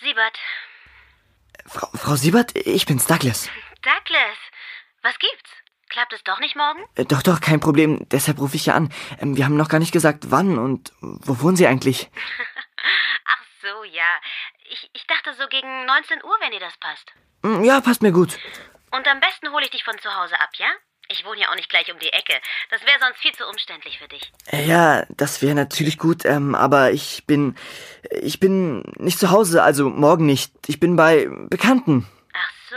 Siebert. Frau, Frau Siebert, ich bin's, Douglas. Douglas, was gibt's? Klappt es doch nicht morgen? Äh, Doch, doch, kein Problem. Deshalb rufe ich ja an. Ähm, wir haben noch gar nicht gesagt, wann und wo wohnen Sie eigentlich? Ach so, ja. Ich, ich dachte so gegen 19 Uhr, wenn dir das passt. Hm, Ja, passt mir gut. Und am besten hole ich dich von zu Hause ab, ja? Ich wohne ja auch nicht gleich um die Ecke. Das wäre sonst viel zu umständlich für dich. Äh, Ja, das wäre natürlich gut, ähm, aber ich bin. Ich bin nicht zu Hause, also morgen nicht. Ich bin bei Bekannten. Ach so.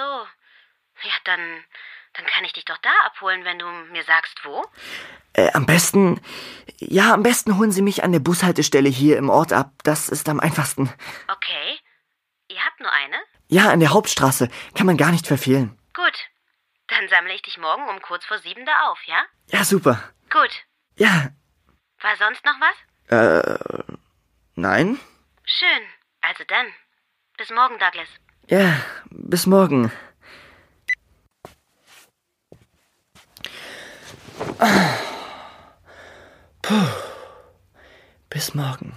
Ja, dann, dann kann ich dich doch da abholen, wenn du mir sagst, wo. Äh, am besten. Ja, am besten holen Sie mich an der Bushaltestelle hier im Ort ab. Das ist am einfachsten. Okay. Ihr habt nur eine? Ja, an der Hauptstraße. Kann man gar nicht verfehlen. Gut. Dann sammle ich dich morgen um kurz vor sieben da auf, ja? Ja, super. Gut. Ja. äh, War sonst noch was? Nein? Schön. Also dann. Bis morgen, Douglas. Ja, bis morgen. Ah. Puh. Bis morgen.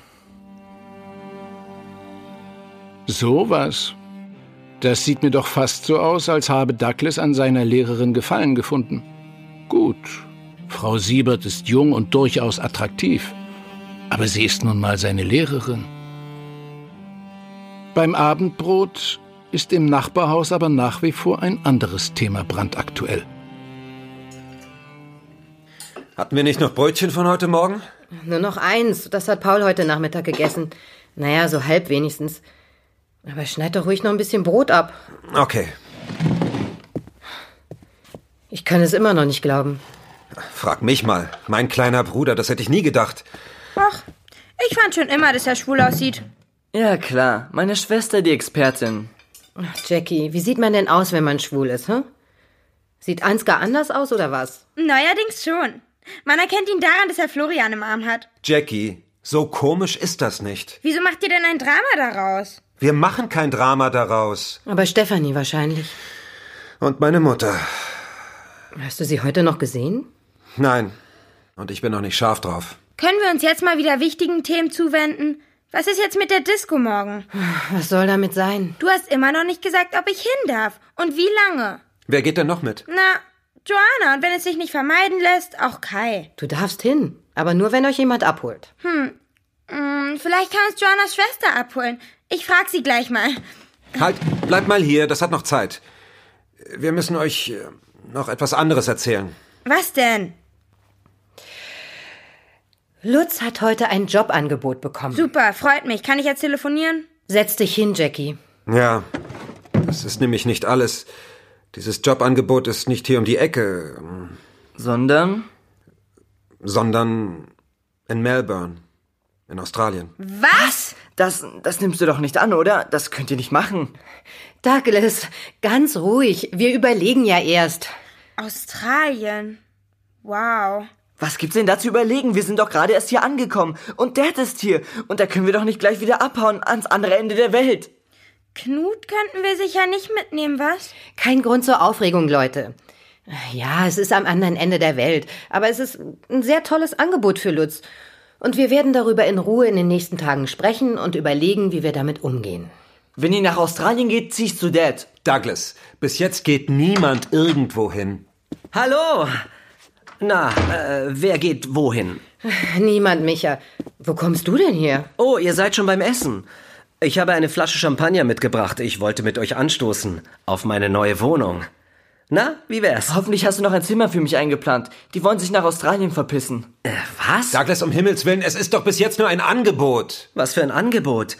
Sowas. Das sieht mir doch fast so aus, als habe Douglas an seiner Lehrerin Gefallen gefunden. Gut, Frau Siebert ist jung und durchaus attraktiv, aber sie ist nun mal seine Lehrerin. Beim Abendbrot ist im Nachbarhaus aber nach wie vor ein anderes Thema brandaktuell. Hatten wir nicht noch Brötchen von heute Morgen? Nur noch eins. Das hat Paul heute Nachmittag gegessen. Naja, so halb wenigstens. Aber schneid doch ruhig noch ein bisschen Brot ab. Okay, Ich kann es immer noch nicht glauben. frag mich mal. Mein kleiner Bruder, das hätte ich nie gedacht. Ich fand schon immer, dass er schwul aussieht. Ja, klar. Meine Schwester, die Expertin. Ach, Jackie, wie sieht man denn aus, wenn man schwul ist, hä? Sieht Ansgar anders aus oder was? Neuerdings schon. Man erkennt ihn daran, dass er Florian im Arm hat. Jackie, so komisch ist das nicht. Wieso macht ihr denn ein Drama daraus? Wir machen kein Drama daraus. Aber Stefanie wahrscheinlich. Und meine Mutter. Hast du sie heute noch gesehen? Nein. Und ich bin noch nicht scharf drauf. Können wir uns jetzt mal wieder wichtigen Themen zuwenden? Was ist jetzt mit der Disco morgen? Was soll damit sein? Du hast immer noch nicht gesagt, ob ich hin darf. Und wie lange? Wer geht denn noch mit? Na, Joanna, und wenn es sich nicht vermeiden lässt, auch Kai. Du darfst hin, aber nur wenn euch jemand abholt. Hm, vielleicht kann uns Joannas Schwester abholen. Ich frag sie gleich mal. Halt, bleib mal hier, das hat noch Zeit. Wir müssen euch äh, noch etwas anderes erzählen. Was denn? Lutz hat heute ein Jobangebot bekommen. Super, freut mich. Kann ich jetzt telefonieren? Setz dich hin, Jackie. Ja, das ist nämlich nicht alles. Dieses Jobangebot ist nicht hier um die Ecke, Sondern? sondern in Melbourne, in Australien. Was? Das, das nimmst du doch nicht an, oder? Das könnt ihr nicht machen. Douglas, ganz ruhig. Wir überlegen ja erst. Australien. Wow. Was gibt's denn da zu überlegen? Wir sind doch gerade erst hier angekommen. Und Dad ist hier. Und da können wir doch nicht gleich wieder abhauen ans andere Ende der Welt. Knut könnten wir sicher nicht mitnehmen, was? Kein Grund zur Aufregung, Leute. Ja, es ist am anderen Ende der Welt, aber es ist ein sehr tolles Angebot für Lutz. Und wir werden darüber in Ruhe in den nächsten Tagen sprechen und überlegen, wie wir damit umgehen. Wenn ihr nach Australien geht, zieh ich zu Dad. Douglas, bis jetzt geht niemand irgendwo hin. Hallo! Na, äh, wer geht wohin? Niemand, Micha. Wo kommst du denn her? Oh, ihr seid schon beim Essen. Ich habe eine Flasche Champagner mitgebracht. Ich wollte mit euch anstoßen. Auf meine neue Wohnung. Na, wie wär's? Hoffentlich hast du noch ein Zimmer für mich eingeplant. Die wollen sich nach Australien verpissen. Äh, was? Douglas, um Himmels Willen, es ist doch bis jetzt nur ein Angebot. Was für ein Angebot.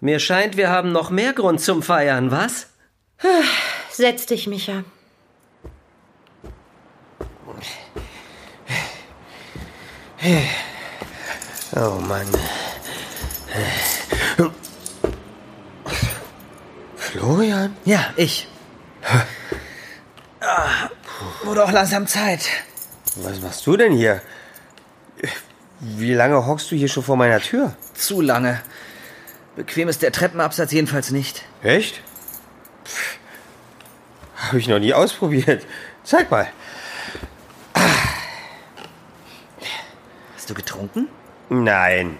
Mir scheint, wir haben noch mehr Grund zum Feiern, was? Setz dich, Micha. Oh Mann. Florian? Ja, ich. Ah, Wurde auch langsam Zeit. Was machst du denn hier? Wie lange hockst du hier schon vor meiner Tür? Zu lange. Bequem ist der Treppenabsatz jedenfalls nicht. Echt? Habe ich noch nie ausprobiert. Zeig mal. Hast du getrunken? Nein.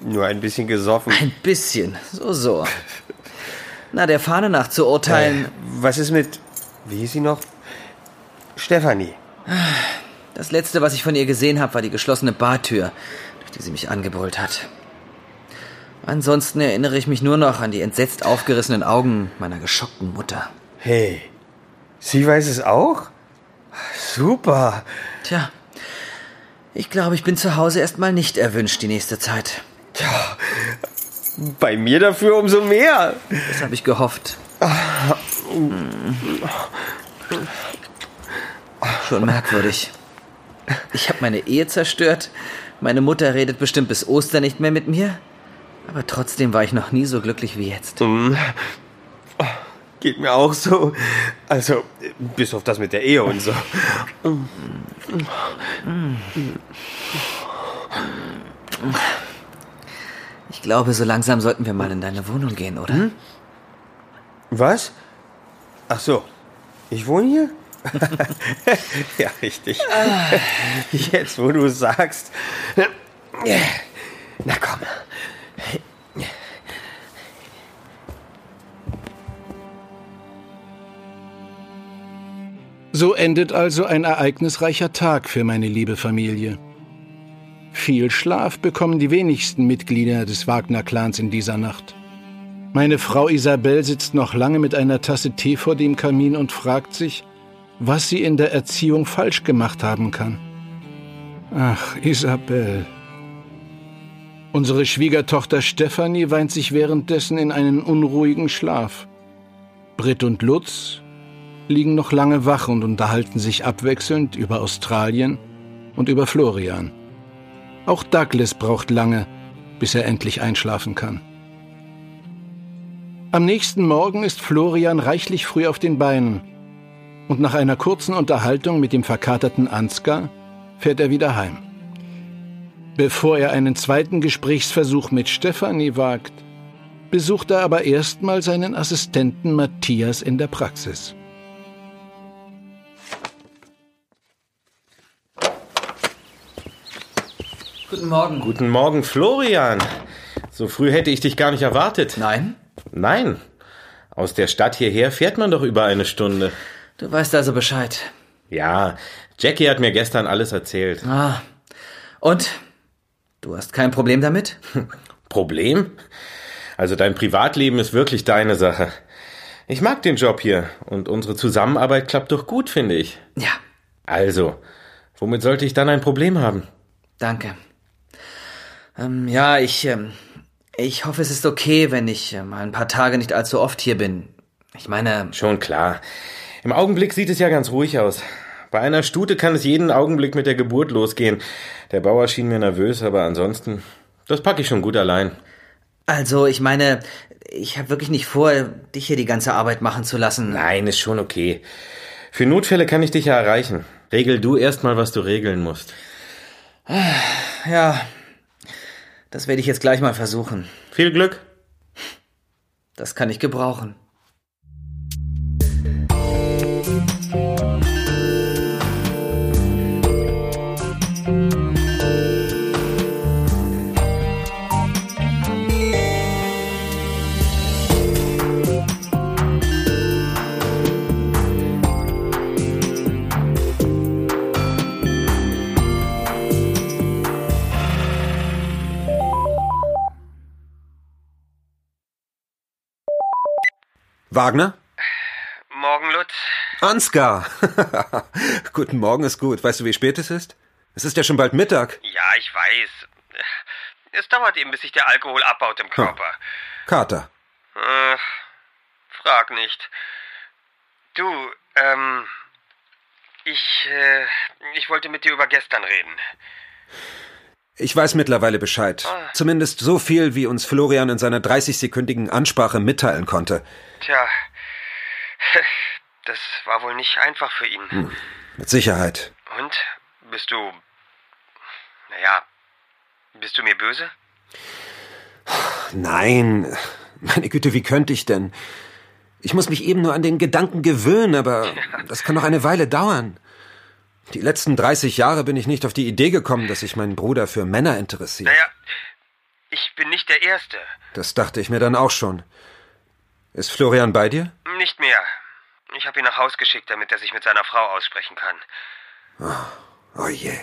Nur ein bisschen gesoffen. Ein bisschen. So, so. Na, der Fahne nach zu urteilen, Äh, Was ist mit. Wie hieß sie noch? Stefanie. das letzte, was ich von ihr gesehen habe, war die geschlossene Bartür, durch die sie mich angebrüllt hat. Ansonsten erinnere ich mich nur noch an die entsetzt aufgerissenen Augen meiner geschockten Mutter. Hey. Sie weiß es auch? Super. Tja, ich glaube, ich bin zu Hause erstmal nicht erwünscht die nächste Zeit. Bei mir dafür umso mehr. Das habe ich gehofft. Hm. Schon merkwürdig. Ich habe meine Ehe zerstört. Meine Mutter redet bestimmt bis Ostern nicht mehr mit mir. Aber trotzdem war ich noch nie so glücklich wie jetzt. Mm. Geht mir auch so. Also, bis auf das mit der Ehe und so. Ich glaube, so langsam sollten wir mal in deine Wohnung gehen, oder? Hm? Was? Ach so. Ich wohne hier? ja, richtig. Jetzt, wo du sagst. Na komm. So endet also ein ereignisreicher Tag für meine liebe Familie. Viel Schlaf bekommen die wenigsten Mitglieder des Wagner-Clans in dieser Nacht. Meine Frau Isabel sitzt noch lange mit einer Tasse Tee vor dem Kamin und fragt sich, was sie in der Erziehung falsch gemacht haben kann. Ach, Isabel. Unsere Schwiegertochter Stefanie weint sich währenddessen in einen unruhigen Schlaf. Britt und Lutz, liegen noch lange wach und unterhalten sich abwechselnd über Australien und über Florian. Auch Douglas braucht lange, bis er endlich einschlafen kann. Am nächsten Morgen ist Florian reichlich früh auf den Beinen und nach einer kurzen Unterhaltung mit dem verkaterten Ansgar fährt er wieder heim. Bevor er einen zweiten Gesprächsversuch mit Stefanie wagt, besucht er aber erstmal seinen Assistenten Matthias in der Praxis. Guten Morgen. Gut. Guten Morgen, Florian. So früh hätte ich dich gar nicht erwartet. Nein? Nein. Aus der Stadt hierher fährt man doch über eine Stunde. Du weißt also Bescheid. Ja, Jackie hat mir gestern alles erzählt. Ah. Und? Du hast kein Problem damit? Problem? Also dein Privatleben ist wirklich deine Sache. Ich mag den Job hier und unsere Zusammenarbeit klappt doch gut, finde ich. Ja, Also, womit sollte ich dann ein Problem haben? danke. Ähm, ja, ich, ähm, ich hoffe, es ist okay, wenn ich äh, mal ein paar Tage nicht allzu oft hier bin. Ich meine, Schon klar. Im Augenblick sieht es ja ganz ruhig aus. Bei einer Stute kann es jeden Augenblick mit der Geburt losgehen. Der Bauer schien mir nervös, aber ansonsten, das packe ich schon gut allein. also ich meine, ich habe wirklich nicht vor, dich hier die ganze Arbeit machen zu lassen. Nein, ist schon okay. Für Notfälle kann ich dich ja erreichen. Regel du erst mal, was du regeln musst. Ah, Ja, das werde ich jetzt gleich mal versuchen. Viel Glück. Das kann ich gebrauchen. Wagner? Morgen, Lutz. Ansgar. Guten Morgen ist gut. Weißt du, wie spät es ist? Es ist ja schon bald Mittag. Ja, ich weiß. Es dauert eben, bis sich der Alkohol abbaut im Körper. Kater. Äh, frag nicht. Du, ähm, ich, äh, ich wollte mit dir über gestern reden. Ich weiß mittlerweile Bescheid. Zumindest so viel, wie uns Florian in seiner 30-sekündigen Ansprache mitteilen konnte. Tja, das war wohl nicht einfach für ihn. Hm, Mit Sicherheit. Und? Bist du. Naja, bist du mir böse? Nein. Meine Güte, wie könnte ich denn? Ich muss mich eben nur an den Gedanken gewöhnen, aber das kann noch eine Weile dauern. Die letzten 30 Jahre bin ich nicht auf die Idee gekommen, dass sich mein Bruder für Männer interessiert. Naja, ich bin nicht der Erste. Das dachte ich mir dann auch schon. Ist Florian bei dir? Nicht mehr. Ich habe ihn nach Haus geschickt, damit er sich mit seiner Frau aussprechen kann. Oh je.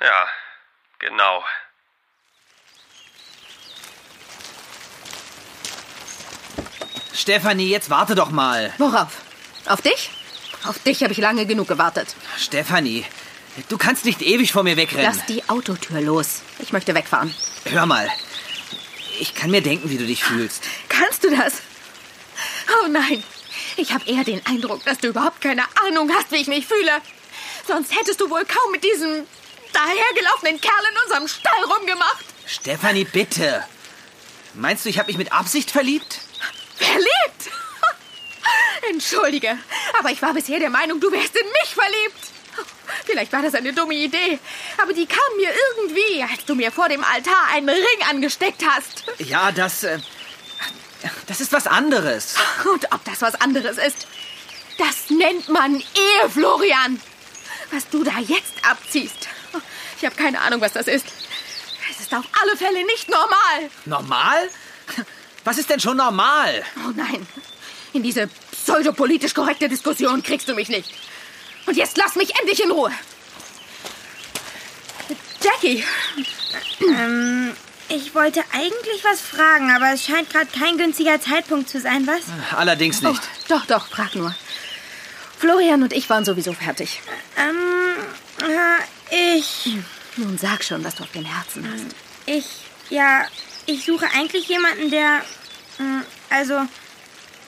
Ja, genau. Stefanie, jetzt warte doch mal. Worauf? Auf dich? Auf dich habe ich lange genug gewartet. Stefanie, du kannst nicht ewig vor mir wegrennen. Lass die Autotür los. Ich möchte wegfahren. Hör mal. Ich kann mir denken, wie du dich fühlst. Kannst du das? Oh nein. Ich habe eher den Eindruck, dass du überhaupt keine Ahnung hast, wie ich mich fühle. Sonst hättest du wohl kaum mit diesem dahergelaufenen Kerl in unserem Stall rumgemacht. Stefanie, bitte. Meinst du, ich habe mich mit Absicht verliebt? Verliebt? Entschuldige, aber ich war bisher der Meinung, du wärst in mich verliebt. Vielleicht war das eine dumme Idee, aber die kam mir irgendwie, als du mir vor dem Altar einen Ring angesteckt hast. Ja, das. äh, Das ist was anderes. Und ob das was anderes ist, das nennt man Ehe, Florian. Was du da jetzt abziehst, ich habe keine Ahnung, was das ist. Es ist auf alle Fälle nicht normal. Normal? Was ist denn schon normal? Oh nein, in diese pseudopolitisch korrekte Diskussion kriegst du mich nicht. Und jetzt lass mich endlich in Ruhe. Jackie, Ähm, ich wollte eigentlich was fragen, aber es scheint gerade kein günstiger Zeitpunkt zu sein, was? Allerdings Oh, nicht. doch, doch, frag nur. Florian und ich waren sowieso fertig. Ähm, äh, ich, Äh. Nun sag schon, was du auf dem Herzen hast. ich, ja, ich suche eigentlich jemanden, der, mh, also,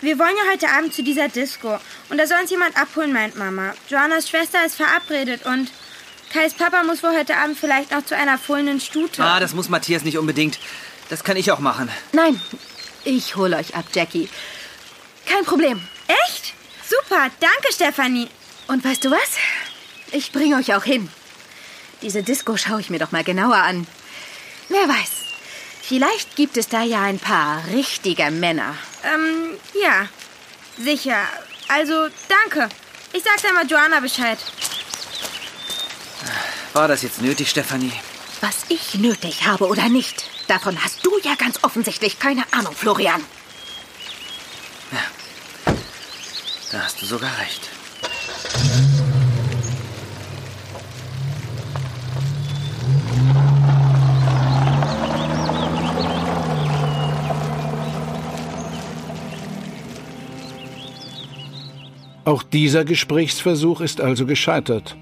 wir wollen ja heute Abend zu dieser Disco und da soll uns jemand abholen, meint Mama. Joannas Schwester ist verabredet und Kais Papa muss wohl heute Abend vielleicht noch zu einer fohlenen Stute. Ah, das muss Matthias nicht unbedingt. Das kann ich auch machen. Nein, ich hole euch ab, Jackie. Kein Problem. Echt? Super, danke, Stefanie. Und weißt du was? Ich bringe euch auch hin. Diese Disco schaue ich mir doch mal genauer an. Wer weiß, vielleicht gibt es da ja ein paar richtige Männer. Ähm, ja, sicher. Also, danke. Ich sag dann mal Joanna Bescheid. War das jetzt nötig, Stefanie? Was ich nötig habe oder nicht, davon hast du ja ganz offensichtlich keine Ahnung, Florian. Da hast du sogar recht. Auch dieser Gesprächsversuch ist also gescheitert.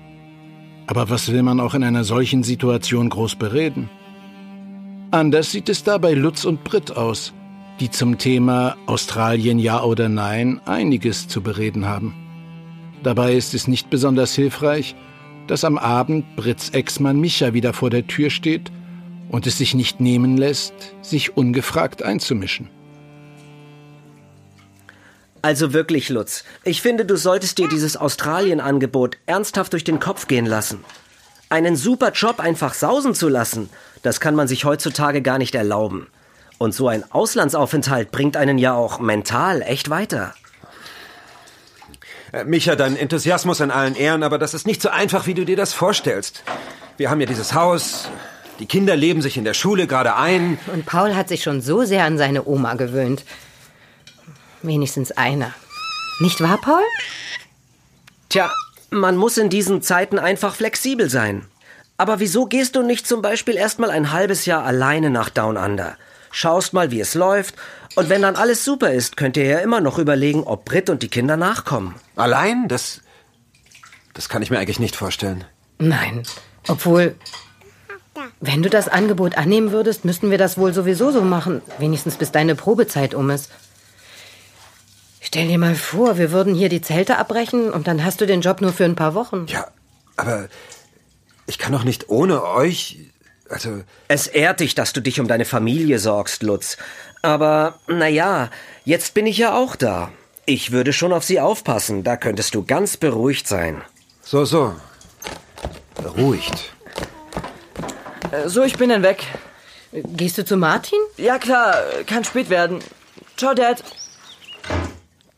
Aber was will man auch in einer solchen Situation groß bereden? Anders sieht es da bei Lutz und Britt aus, die zum Thema Australien ja oder nein einiges zu bereden haben. Dabei ist es nicht besonders hilfreich, dass am Abend Britts Ex-Mann Micha wieder vor der Tür steht und es sich nicht nehmen lässt, sich ungefragt einzumischen. Also wirklich, Lutz. Ich finde, du solltest dir dieses Australien-Angebot ernsthaft durch den Kopf gehen lassen. Einen super Job einfach sausen zu lassen, das kann man sich heutzutage gar nicht erlauben. Und so ein Auslandsaufenthalt bringt einen ja auch mental echt weiter. Äh, Micha, dein Enthusiasmus in allen Ehren, aber das ist nicht so einfach, wie du dir das vorstellst. Wir haben ja dieses Haus, die Kinder leben sich in der Schule gerade ein. Und Paul hat sich schon so sehr an seine Oma gewöhnt. Wenigstens einer. Nicht wahr, Paul? Tja, man muss in diesen Zeiten einfach flexibel sein. Aber wieso gehst du nicht zum Beispiel erstmal ein halbes Jahr alleine nach Down Under? Schaust mal, wie es läuft. Und wenn dann alles super ist, könnt ihr ja immer noch überlegen, ob Britt und die Kinder nachkommen. Allein? Das. Das kann ich mir eigentlich nicht vorstellen. Nein. Obwohl, wenn du das Angebot annehmen würdest, müssten wir das wohl sowieso so machen. Wenigstens bis deine Probezeit um ist. Stell dir mal vor, wir würden hier die Zelte abbrechen und dann hast du den Job nur für ein paar Wochen. Ja, aber Ich kann doch nicht ohne euch. Also. Es ehrt dich, dass du dich um deine Familie sorgst, Lutz. Aber, naja, jetzt bin ich ja auch da. Ich würde schon auf sie aufpassen. Da könntest du ganz beruhigt sein. So, so. Beruhigt. Äh, So, ich bin dann weg. Gehst du zu Martin? Ja, klar, kann spät werden. Ciao, Dad.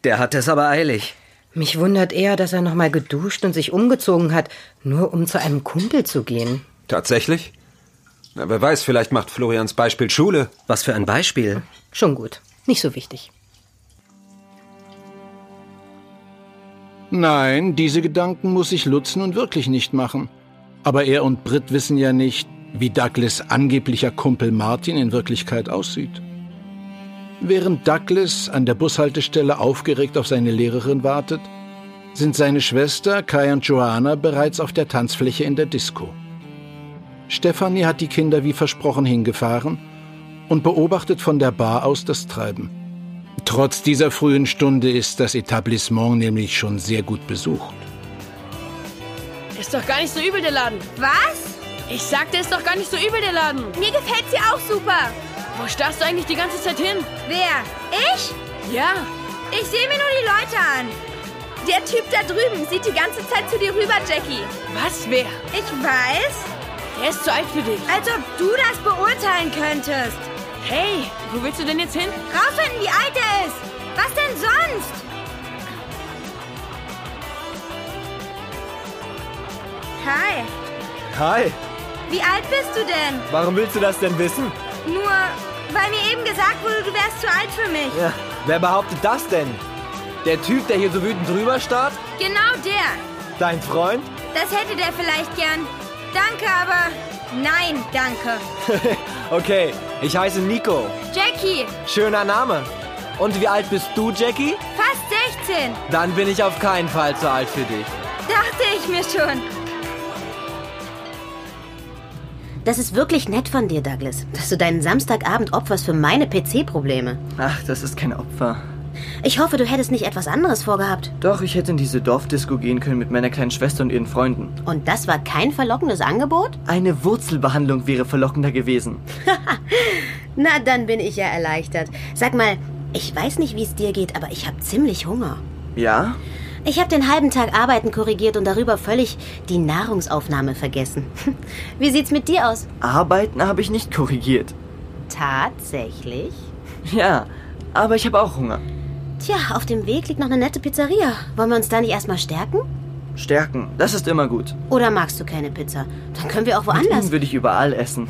Der hat es aber eilig. Mich wundert eher, dass er nochmal geduscht und sich umgezogen hat, nur um zu einem Kumpel zu gehen. Tatsächlich? Na, wer weiß, vielleicht macht Florians Beispiel Schule. Was für ein Beispiel? Schon gut. Nicht so wichtig. Nein, diese Gedanken muss sich Lutz nun wirklich nicht machen. Aber er und Britt wissen ja nicht, wie Douglas angeblicher Kumpel Martin in Wirklichkeit aussieht. Während Douglas an der Bushaltestelle aufgeregt auf seine Lehrerin wartet, sind seine Schwester Kai und Joanna bereits auf der Tanzfläche in der Disco. Stefanie hat die Kinder wie versprochen hingefahren und beobachtet von der Bar aus das Treiben. Trotz dieser frühen Stunde ist das Etablissement nämlich schon sehr gut besucht. Ist doch gar nicht so übel, der Laden. Was? Ich sagte, ist doch gar nicht so übel, der Laden. Mir gefällt's hier auch super. Wo starrst du eigentlich die ganze Zeit hin? Wer? Ich? Ja. Ich sehe mir nur die Leute an. Der Typ da drüben sieht die ganze Zeit zu dir rüber, Jackie. Was? Wer? Ich weiß. Er ist zu alt für dich. Als ob du das beurteilen könntest. Hey, wo willst du denn jetzt hin? Rausfinden, wie alt er ist. Was denn sonst? Hi, Hi, wie alt bist du denn? warum willst du das denn wissen? Nur, weil mir eben gesagt wurde, du wärst zu alt für mich. Ja, wer behauptet das denn? Der Typ, der hier so wütend drüber starrt? Genau der. Dein Freund? Das hätte der vielleicht gern. Danke, aber nein, danke. okay, ich heiße Nico. Jackie, Schöner Name. Und wie alt bist du, Jackie? fast 16. Dann bin ich auf keinen Fall zu alt für dich. Dachte ich mir schon. Das ist wirklich nett von dir, Douglas, dass du deinen Samstagabend opferst für meine PC-Probleme. Ach, das ist kein Opfer. Ich hoffe, du hättest nicht etwas anderes vorgehabt. Doch, ich hätte in diese Dorfdisco gehen können mit meiner kleinen Schwester und ihren Freunden. Und das war kein verlockendes Angebot? Eine Wurzelbehandlung wäre verlockender gewesen. Na, dann bin ich ja erleichtert. Sag mal, ich weiß nicht, wie es dir geht, aber ich habe ziemlich Hunger. Ja? Ich habe den halben Tag Arbeiten korrigiert und darüber völlig die Nahrungsaufnahme vergessen. Wie sieht's mit dir aus? Arbeiten habe ich nicht korrigiert. Tatsächlich? Ja, aber ich habe auch Hunger. Tja, auf dem Weg liegt noch eine nette Pizzeria. Wollen wir uns da nicht erstmal stärken? Stärken, das ist immer gut. Oder magst du keine Pizza? Dann können wir auch Mit woanders. ihnen würde ich überall essen.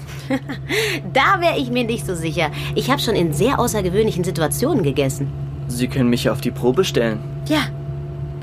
Da wäre ich mir nicht so sicher. Ich habe schon in sehr außergewöhnlichen Situationen gegessen. Sie können mich ja auf die Probe stellen. Ja,